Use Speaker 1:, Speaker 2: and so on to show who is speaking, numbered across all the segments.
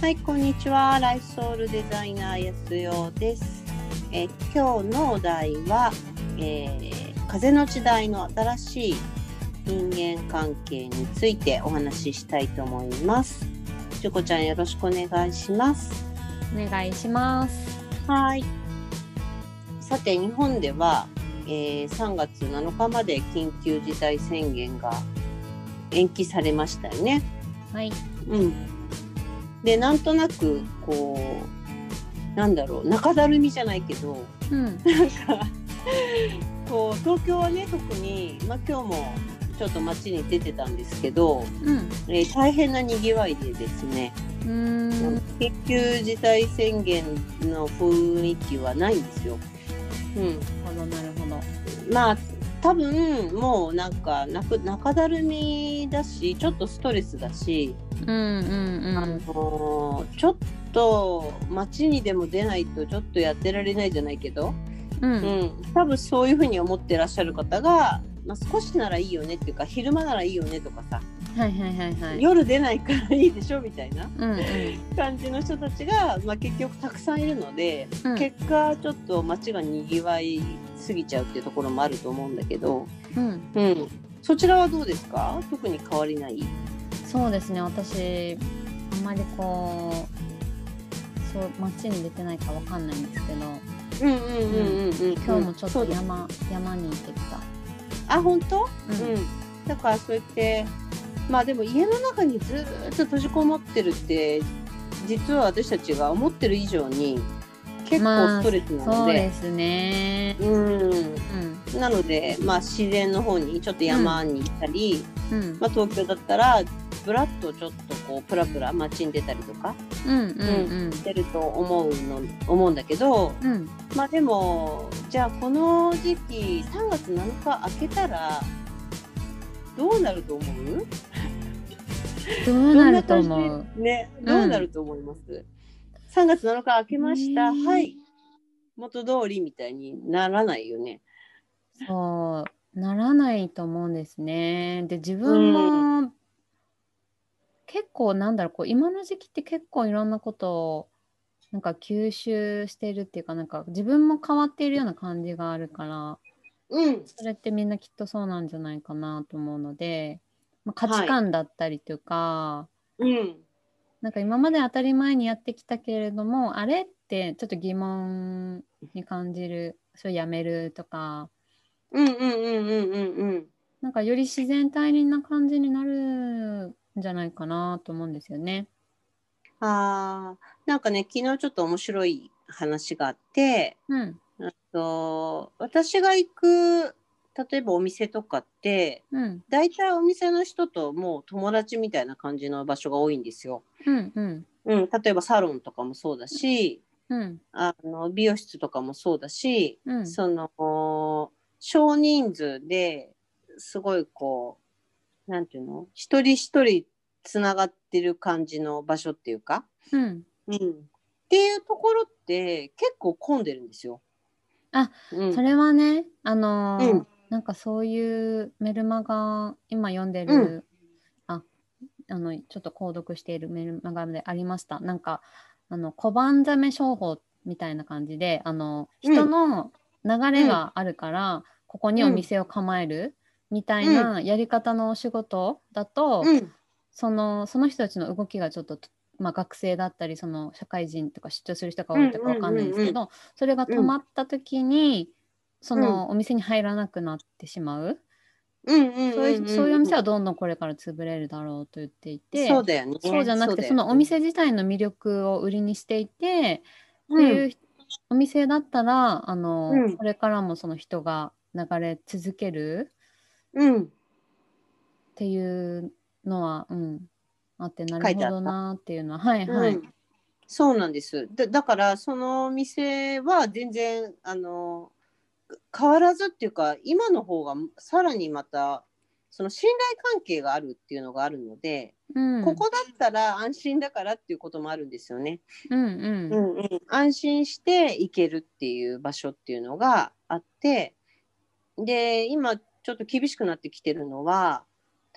Speaker 1: はい、こんにちは。ライフソウルデザイナー安代です。えー今日のお題は、えー風の時代の新しい人間関係についてお話ししたいと思います。ちょこちゃんよろしくお願いします。
Speaker 2: お願いします。
Speaker 1: はい。さて、日本では、えー3月7日まで緊急事態宣言が延期されましたよね。
Speaker 2: はい。
Speaker 1: うん、でなんとなくこうなんだろう中だるみじゃないけど
Speaker 2: うん。
Speaker 1: こう東京はね特に、まあ、今日もちょっと街に出てたんですけど、
Speaker 2: うん。
Speaker 1: えー大変なにぎわいでですね、
Speaker 2: うーん。
Speaker 1: 緊急事態宣言の雰囲気はないんですよ。うん、
Speaker 2: ほど、なるほど。
Speaker 1: まあ多分もうなんかなく中だるみだしちょっとストレスだし、
Speaker 2: うんうん
Speaker 1: あのーちょっと街にでも出ないとちょっとやってられないじゃないけど、
Speaker 2: うん。
Speaker 1: うん
Speaker 2: う。
Speaker 1: ん、多分そういうふうに思ってらっしゃる方が、まあ、少しならいいよねっていうか昼間ならいいよねとかさ、
Speaker 2: はいはいはいはい。
Speaker 1: 夜出ないからいいでしょみたいな
Speaker 2: うんうん。
Speaker 1: 感じの人たちが、まあ、結局たくさんいるので、
Speaker 2: うん
Speaker 1: 結果ちょっと街がにぎわいすぎちゃうっていうところもあると思うんだけど、
Speaker 2: うん。
Speaker 1: うん、そちらはどうですか特に変わりない、
Speaker 2: そうですね。私あんまりこうそう街に出てないかわかんないんですけど、
Speaker 1: うんうんうんうんうん、
Speaker 2: 今日もちょっ
Speaker 1: そう
Speaker 2: と
Speaker 1: です
Speaker 2: 山、山に行ってきた。
Speaker 1: あ本当
Speaker 2: うん。
Speaker 1: うん、だからそうやってまあでも家の中にずーっと閉じこもってるって実は私たちが思ってる以上に結構ストレスなの
Speaker 2: そう
Speaker 1: で,、
Speaker 2: ですね。
Speaker 1: うんなので、まあ、自然の方にちょっと山に行ったり、
Speaker 2: うんうん
Speaker 1: まあ、東京だったらぶらっとちょっとこうプラプラ街に出たりとか
Speaker 2: うんうん
Speaker 1: してると思うの思うんだけど
Speaker 2: うんうん
Speaker 1: まあでもじゃあこの時期3月7日明けたらどうなると思う
Speaker 2: どうなると思う。
Speaker 1: う。ね、
Speaker 2: ん
Speaker 1: どうなると思います。3月7日明けました。
Speaker 2: ねえ
Speaker 1: はい。元通りみたいにならないよね。
Speaker 2: そうならないと思うんですね。で自分も、結構なんだろうこう今の時期って結構いろんなことをなんか吸収しているっていうかなんか自分も変わっているような感じがあるから
Speaker 1: うん。
Speaker 2: それってみんなきっとそうなんじゃないかなと思うので、まあ、価値観だったりというか、
Speaker 1: うん。
Speaker 2: なんか今まで当たり前にやってきたけれどもあれってちょっと疑問に感じるそれやめるとか
Speaker 1: うんうんうんうんうん
Speaker 2: なんかより自然体な感じになるんじゃないかなと思うんですよね。
Speaker 1: うん。ああ、なんかね、昨日ちょっと面白い話があって、
Speaker 2: うん、
Speaker 1: あと私が行く例えばお店とかって、
Speaker 2: うん、
Speaker 1: 大体お店の人ともう友達みたいな感じの場所が多いんですよ。
Speaker 2: うん、うん、
Speaker 1: うん、例えばサロンとかもそうだし、
Speaker 2: うん、
Speaker 1: あの美容室とかもそうだし、
Speaker 2: うん、
Speaker 1: その少人数ですごいこうなんていうの一人一人つながってる感じの場所っていうか、
Speaker 2: うん、
Speaker 1: うん、っていうところって結構混んでるんですよ。
Speaker 2: あ、
Speaker 1: うん、
Speaker 2: それはね、あのー
Speaker 1: うん
Speaker 2: なんかそういうメルマガ今読んでる、
Speaker 1: うん
Speaker 2: あ、あのちょっと購読しているメルマガでありました。なんかあの小判ザメ商法みたいな感じで、あの
Speaker 1: うん
Speaker 2: 人の流れがあるから、ここにお店を構えるみたいなやり方のお仕事だと、
Speaker 1: うん
Speaker 2: そのその人たちの動きがちょっと、まあ、学生だったりその社会人とか出張する人が多いとかわかんないんですけど、
Speaker 1: うんうん
Speaker 2: それが止まった時に、そのお店に入らなくなってしまう、
Speaker 1: うんうん
Speaker 2: そういうそういうお店
Speaker 1: は
Speaker 2: はどんどんこれから潰れるだろうと言っていて
Speaker 1: そうだよね。
Speaker 2: そうじゃなく
Speaker 1: う
Speaker 2: て
Speaker 1: だよね
Speaker 2: そのお店自体の魅力を売りにしていて、
Speaker 1: う
Speaker 2: って
Speaker 1: ん
Speaker 2: いうお店だったらあの、
Speaker 1: うん
Speaker 2: これからもその人が流れ続ける
Speaker 1: うん
Speaker 2: っていうのは、うん、あってな
Speaker 1: 書
Speaker 2: る
Speaker 1: い
Speaker 2: ほ
Speaker 1: てあった
Speaker 2: どなっていうのははいは。
Speaker 1: はいい、そうなんですだだからその店は全然あの変わらずっていうか今の方がさらにまたその信頼関係があるっていうのがあるので、
Speaker 2: うん
Speaker 1: ここだったら安心だからっていうこともあるんですよね、
Speaker 2: うんうん
Speaker 1: んうん、安心して行けるっていう場所っていうのがあってで今ちょっと厳しくなってきてるのは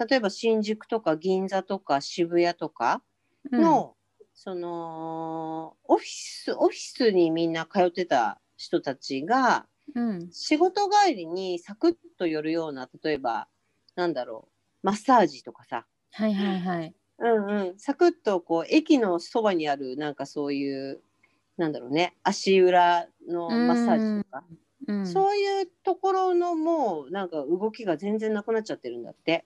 Speaker 1: 例えば新宿とか銀座とか渋谷とか、の、そのオフィスオフィスにみんな通ってた人たちが
Speaker 2: うん。
Speaker 1: 仕事帰りにサクッと寄るような例えばなんだろうマッサージとかさ、
Speaker 2: はいはいはい。
Speaker 1: うんうん、サクッとこう駅のそばにあるなんかそういうなんだろうね足裏のマッサージとか、
Speaker 2: うん。
Speaker 1: そういうところのもうなんか動きが全然なくなっちゃってるんだって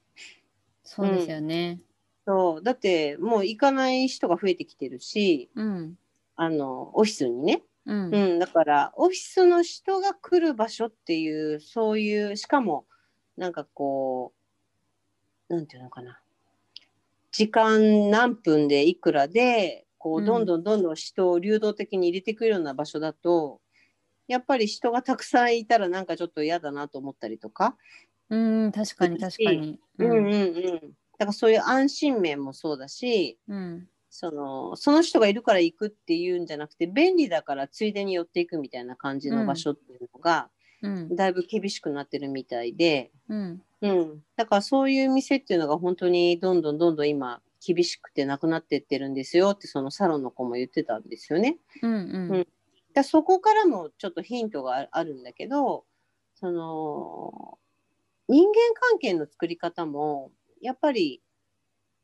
Speaker 2: そうですよね。
Speaker 1: そうだってもう行かない人が増えてきてるし
Speaker 2: うん。
Speaker 1: あのオフィスにね、
Speaker 2: うん。
Speaker 1: うん、だからオフィスの人が来る場所っていうそういうしかもなんかこうなんていうのかな時間何分でいくらでこ
Speaker 2: う
Speaker 1: うんどんどんどんどん人を流動的に入れてくるような場所だと、やっぱり人がたくさんいたらなんかちょっと嫌だなと思ったりとか、
Speaker 2: うん。確かに確かに。う
Speaker 1: うんうん
Speaker 2: ん。
Speaker 1: うんだからそういう安心面もそうだし
Speaker 2: うん。
Speaker 1: そのその人がいるから行くっていうんじゃなくて便利だからついでに寄っていくみたいな感じの場所っていうのが、
Speaker 2: うん。
Speaker 1: だいぶ厳しくなってるみたいで、
Speaker 2: うん。
Speaker 1: うん、だからそういう店っていうのが本当にどんどんどんどん今厳しくてなくなってってるんですよってそのサロンの子も言ってたんですよね。
Speaker 2: うん。うん。
Speaker 1: だからそこからもちょっとヒントがああるんだけどその人間関係の作り方もやっぱり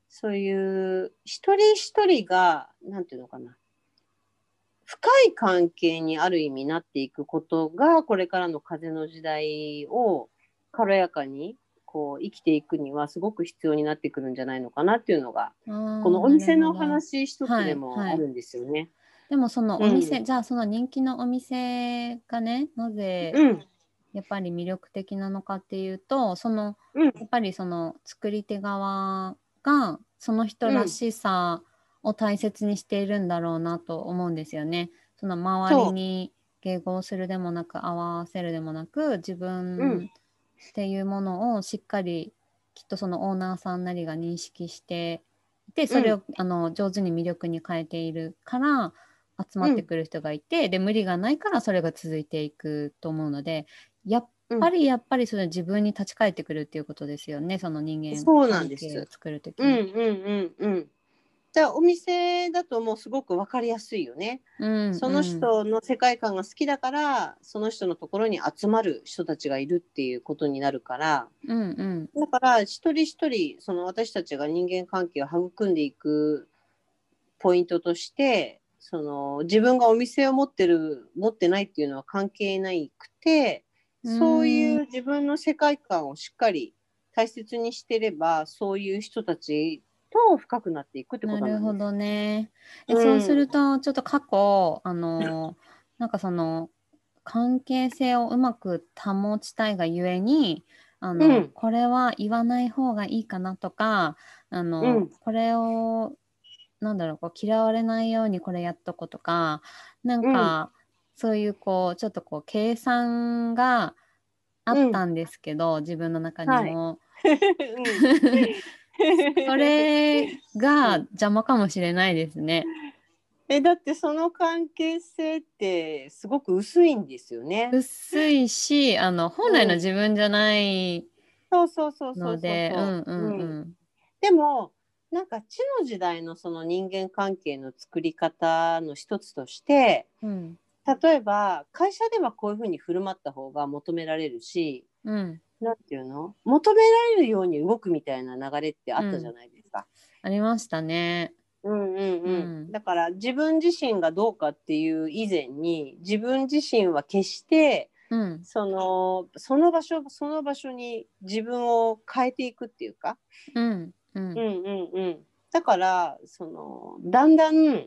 Speaker 1: そういう一人一人が何て言うのかな深い関係にある意味なっていくことがこれからの風の時代を軽やかにこう生きていくにはすごく必要になってくるんじゃないのかなっていうのが
Speaker 2: こ
Speaker 1: このお店の
Speaker 2: 話
Speaker 1: 話一つでもあるんですよね。
Speaker 2: でもそのお店、
Speaker 1: う
Speaker 2: じゃあその人気のお店がねなぜ
Speaker 1: うん、
Speaker 2: やっぱり魅力的なのかっていうとその
Speaker 1: うん
Speaker 2: やっぱりその作り手側がその人らしさを大切にしているんだろうなと思うんですよね。その周りに迎合するでもなく合わせるでもなく自
Speaker 1: うん
Speaker 2: 分っていうものをしっかりきっとそのオーナーさんなりが認識していてそれを、あの上手に魅力に変えているから集まってくる人がいて、で無理がないからそれが続いていくと思うのでやっぱりやっぱりその自分に立ち返ってくるっていうことですよねその人間
Speaker 1: そうなんです
Speaker 2: 関係を作るとき
Speaker 1: うん
Speaker 2: に。
Speaker 1: うんうんうん。じゃあお店だともうすごく分かりやすいよね。
Speaker 2: うん
Speaker 1: その人の世界観が好きだから、その人のところに集まる人たちがいるっていうことになるから
Speaker 2: うんうん
Speaker 1: だから一人一人その私たちが人間関係を育んでいくポイントとしてその自分がお店を持ってる持ってないっていうのは関係ないくてそういう自分の世界観をしっかり大切にしてればそういう人たちと深くなっていくってこと
Speaker 2: な
Speaker 1: な
Speaker 2: るほ
Speaker 1: んです
Speaker 2: どね。え
Speaker 1: うん
Speaker 2: そうするとちょっと過去 あのなんかその関係性をうまく保ちたいがゆえにあの、
Speaker 1: うん
Speaker 2: これは言わない方がいいかなとかあの、
Speaker 1: うん
Speaker 2: これをなんだろうこう嫌われないようにこれやっとこうとかなんか、そういうこうちょっとこう計算があったんですけど、自分の中にも。 それが邪魔かもしれないですね。
Speaker 1: えだってその関係性ってすごく薄いんですよね。
Speaker 2: 薄いし、あの本来の自分じゃない
Speaker 1: そうそうそうそうそうそう
Speaker 2: ので、うんうんう
Speaker 1: うん
Speaker 2: ん。
Speaker 1: でもなんか地の時代のその人間関係の作り方の一つとして
Speaker 2: うん
Speaker 1: 例えば会社ではこういうふうに振る舞った方が求められるし
Speaker 2: うん。
Speaker 1: なんていうの求められるように動くみたいな流れってあったじゃないですか。
Speaker 2: ありましたね。
Speaker 1: うんうんうん
Speaker 2: うん
Speaker 1: だから自分自身がどうかっていう以前に自分自身は決して
Speaker 2: うん
Speaker 1: そのその場所その場所に自分を変えていくっていうか、
Speaker 2: うんう。
Speaker 1: うんんうんうん、だからそのだんだん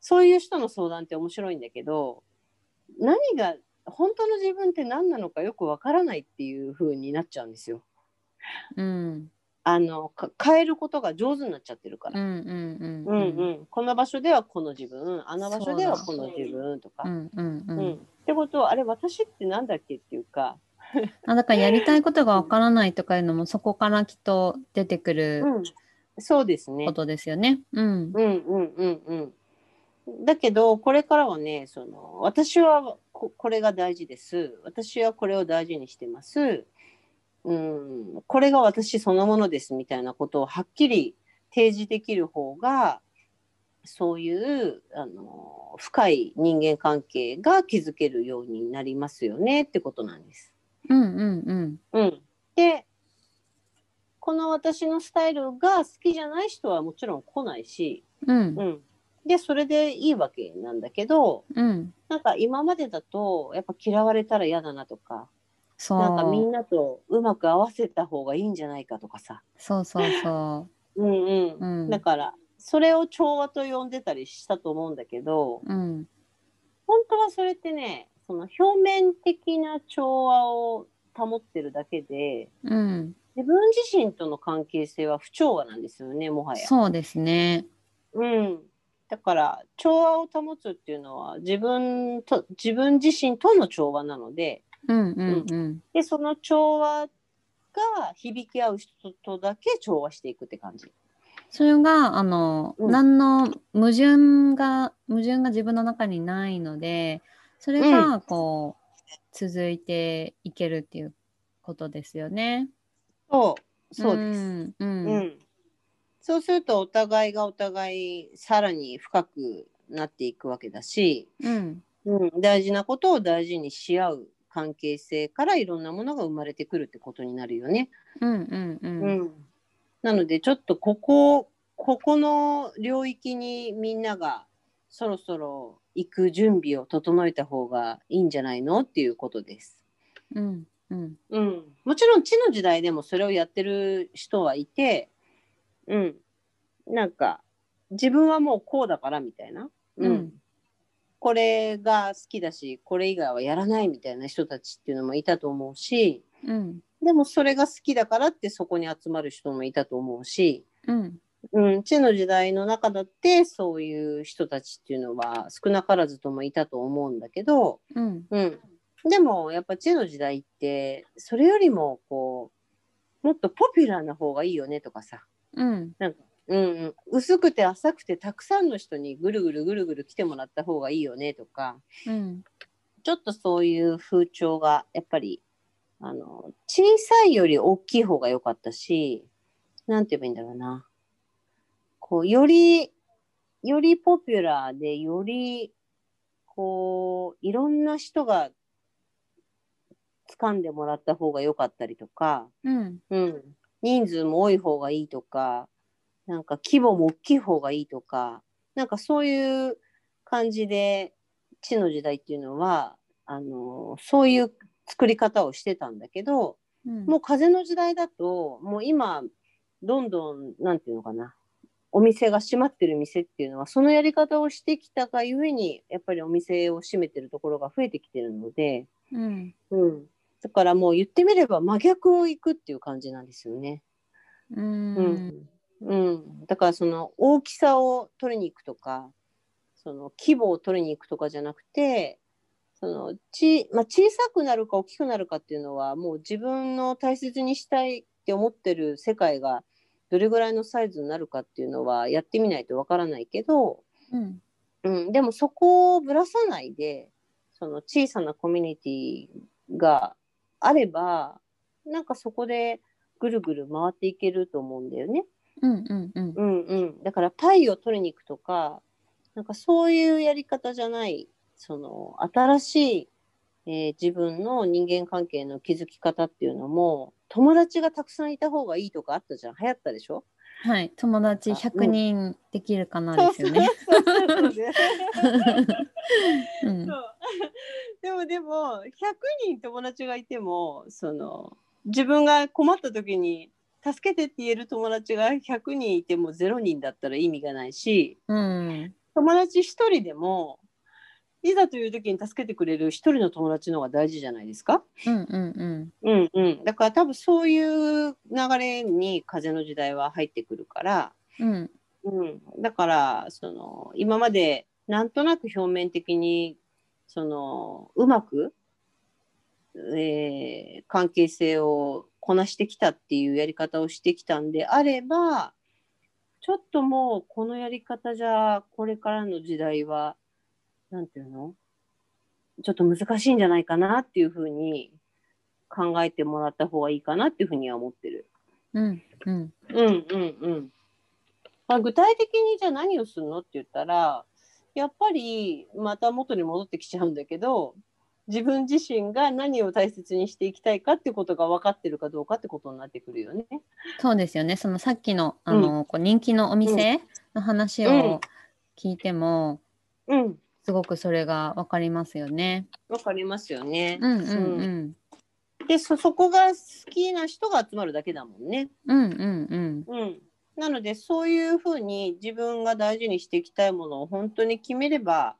Speaker 1: そういう人の相談って面白いんだけど何が本当の自分って何なのかよくわからないっていう風になっちゃうんですよ。
Speaker 2: うん
Speaker 1: あのか変えることが上手になっちゃってるから
Speaker 2: うんう。ん
Speaker 1: うんうん、この場所ではこの自分あの場所ではこの自分とか、
Speaker 2: う
Speaker 1: うん
Speaker 2: んうんう
Speaker 1: っ
Speaker 2: ん。
Speaker 1: てことはあれ私ってなんだっけっていうか、
Speaker 2: あだからやりたいことがわからないとかいうのもそこからきっと出てくる
Speaker 1: うん、そうですね
Speaker 2: こ。とですよね。うん
Speaker 1: うんうんうんうん、だけどこれからはねその私はここれが大事です私はこれを大事にしてます、うん、これが私そのものですみたいなことをはっきり提示できる方がそういうあの深い人間関係が築けるようになりますよねってことなんです。
Speaker 2: うんうんうん
Speaker 1: うん、でこの私のスタイルが好きじゃない人はもちろん来ないし、
Speaker 2: うん
Speaker 1: うん、でそれでいいわけなんだけど
Speaker 2: うん
Speaker 1: なんか今までだとやっぱ嫌われたら嫌だなとか
Speaker 2: そう
Speaker 1: なんかみんなとうまく合わせた方がいいんじゃないかとかさ。
Speaker 2: そうそうそ
Speaker 1: うんうん
Speaker 2: ううん
Speaker 1: だからそれを調和と呼んでたりしたと思うんだけど
Speaker 2: うん
Speaker 1: 本当はそれってねその表面的な調和を保ってるだけで
Speaker 2: うん
Speaker 1: 自分自身との関係性は不調和なんですよねもはや。
Speaker 2: そうですね
Speaker 1: うん、だから調和を保つっていうのは自分と自分自身との調和なので
Speaker 2: うんうんうん
Speaker 1: でその調和が響き合う人とだけ調和していくって感じ。
Speaker 2: それがあの、
Speaker 1: うん
Speaker 2: 何の矛盾が矛盾が自分の中にないのでそれがこう、続いていけるっていうことですよね。
Speaker 1: そうそうです、
Speaker 2: うんう
Speaker 1: うんんそうするとお互いがお互いさらに深くなっていくわけだし、
Speaker 2: うん
Speaker 1: うん、大事なことを大事にし合う関係性からいろんなものが生まれてくるってことになるよね。
Speaker 2: うんうんうんうん
Speaker 1: うん、なのでちょっとここここの領域にみんながそろそろ行く準備を整えた方がいいんじゃないのっていうことです。
Speaker 2: うんうん
Speaker 1: うん、もちろん地の時代でもそれをやってる人はいて、うん、なんか自分はもうこうだからみたいな、
Speaker 2: うん
Speaker 1: これが好きだしこれ以外はやらないみたいな人たちっていうのもいたと思うし
Speaker 2: うん
Speaker 1: でもそれが好きだからってそこに集まる人もいたと思うし、
Speaker 2: うん
Speaker 1: うん、地の時代の中だってそういう人たちっていうのは少なからずともいたと思うんだけど、
Speaker 2: うん
Speaker 1: うん、でもやっぱ地の時代ってそれよりもこうもっとポピュラーな方がいいよねとかさ、
Speaker 2: うん
Speaker 1: うんうん、薄くて浅くてたくさんの人にぐるぐるぐるぐる来てもらった方がいいよねとか
Speaker 2: うん
Speaker 1: ちょっとそういう風潮がやっぱりあの小さいより大きい方が良かったしなんて言えばいいんだろうなこうよりよりポピュラーでよりこういろんな人が掴んでもらった方が良かったりとか、
Speaker 2: うん
Speaker 1: うん、人数も多い方がいいとかなんか規模も大きい方がいいとかなんかそういう感じで地の時代っていうのはあのそういう作り方をしてたんだけど
Speaker 2: うん
Speaker 1: もう風の時代だともう今どんどんなんていうのかなお店が閉まってる店っていうのはそのやり方をしてきたがゆえにやっぱりお店を閉めてるところが増えてきてるので、
Speaker 2: うん
Speaker 1: うん、だからもう言ってみれば真逆を行くっていう感じなんですよね。
Speaker 2: うん
Speaker 1: う
Speaker 2: う
Speaker 1: んんうん、だからその大きさを取りに行くとかその規模を取りに行くとかじゃなくてそのち、まあ、小さくなるか大きくなるかっていうのはもう自分の大切にしたいって思ってる世界がどれぐらいのサイズになるかっていうのはやってみないとわからないけど、
Speaker 2: うん
Speaker 1: うん、でもそこをぶらさないでその小さなコミュニティがあればなんかそこでぐるぐる回っていけると思うんだよね。
Speaker 2: うんうん
Speaker 1: うんうん、だからパイを取りに行くとかなんかそういうやり方じゃないその新しい、えー自分の人間関係の築き方っていうのも友達がたくさんいた方がいいとかあったじゃん流行ったでしょ
Speaker 2: はい友達100人できるかなですよね。
Speaker 1: そうそう そうそう
Speaker 2: うん
Speaker 1: そうでもでも100人友達がいてもその自分が困った時に助けてって言える友達が100人いても0人だったら意味がないし。
Speaker 2: うん
Speaker 1: 友達一人でもいざという時に助けてくれる一人の友達の方が大事じゃないですか、
Speaker 2: うんうん
Speaker 1: うんうん、だから多分そういう流れに風の時代は入ってくるから、
Speaker 2: うんうん
Speaker 1: うん、だからその今までなんとなく表面的にそのうまく、えー関係性をこなしてきたっていうやり方をしてきたんであればちょっともうこのやり方じゃこれからの時代はなんていうのちょっと難しいんじゃないかなっていうふうに考えてもらった方がいいかなっていうふうには思ってる。
Speaker 2: うんう
Speaker 1: う
Speaker 2: ん
Speaker 1: んうんうん。まあ、具体的にじゃあ何をするのって言ったらやっぱりまた元に戻ってきちゃうんだけど自分自身が何を大切にしていきたいかってことが分かってるかどうかってことになってくるよね。
Speaker 2: そうですよね。そのさっきのあの、こう人気のお店の話
Speaker 1: うん
Speaker 2: を聞いても、
Speaker 1: うん、
Speaker 2: すごくそれがわかりますよね。
Speaker 1: 分かりますよね。
Speaker 2: うんうん
Speaker 1: う
Speaker 2: うんん。
Speaker 1: でそそこが好きな人が集まるだけだもんね。
Speaker 2: うんうんうん。
Speaker 1: うん、なのでそういうふうに自分が大事にしていきたいものを本当に決めれば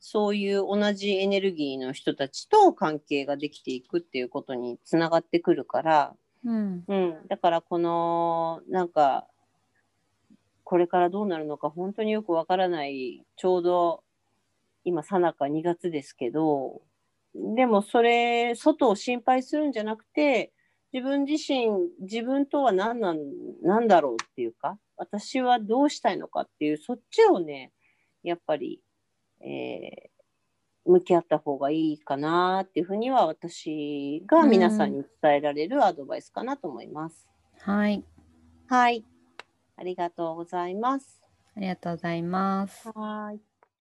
Speaker 1: そういう同じエネルギーの人たちと関係ができていくっていうことにつながってくるから、
Speaker 2: うん
Speaker 1: うん、だからこのなんかこれからどうなるのか本当によくわからないちょうど今さなか2月ですけどでもそれ外を心配するんじゃなくて自分自身自分とは何なん何だろうっていうか私はどうしたいのかっていうそっちをねやっぱり、えー向き合った方がいいかなっていうふうには私が皆さんに伝えられるアドバイスかなと思います。
Speaker 2: はい。
Speaker 1: はいありがとうございます。
Speaker 2: ありがとうございます。
Speaker 1: はい